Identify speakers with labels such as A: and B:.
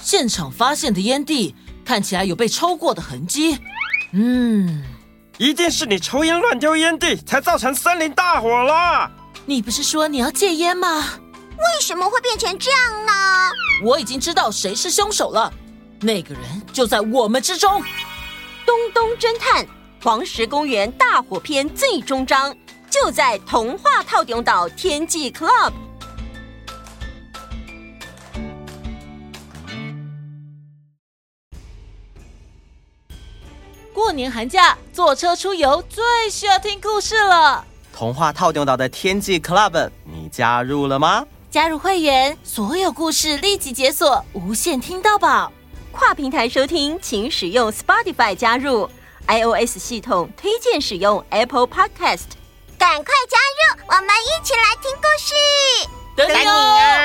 A: 现场发现的烟蒂看起来有被抽过的痕迹。嗯，
B: 一定是你抽烟乱丢烟蒂，才造成森林大火啦！
A: 你不是说你要戒烟吗？
C: 为什么会变成这样呢？
A: 我已经知道谁是凶手了，那个人就在我们之中。
D: 东东侦探《黄石公园大火篇》最终章就在童话套顶岛天际 Club。
A: 过年寒假坐车出游最需要听故事了，
E: 童话套用岛的天际 Club，你加入了吗？
A: 加入会员，所有故事立即解锁，无限听到宝。
D: 跨平台收听，请使用 Spotify 加入 iOS 系统，推荐使用 Apple Podcast。
C: 赶快加入，我们一起来听故事。哦
A: 等你啊！啊
C: 啊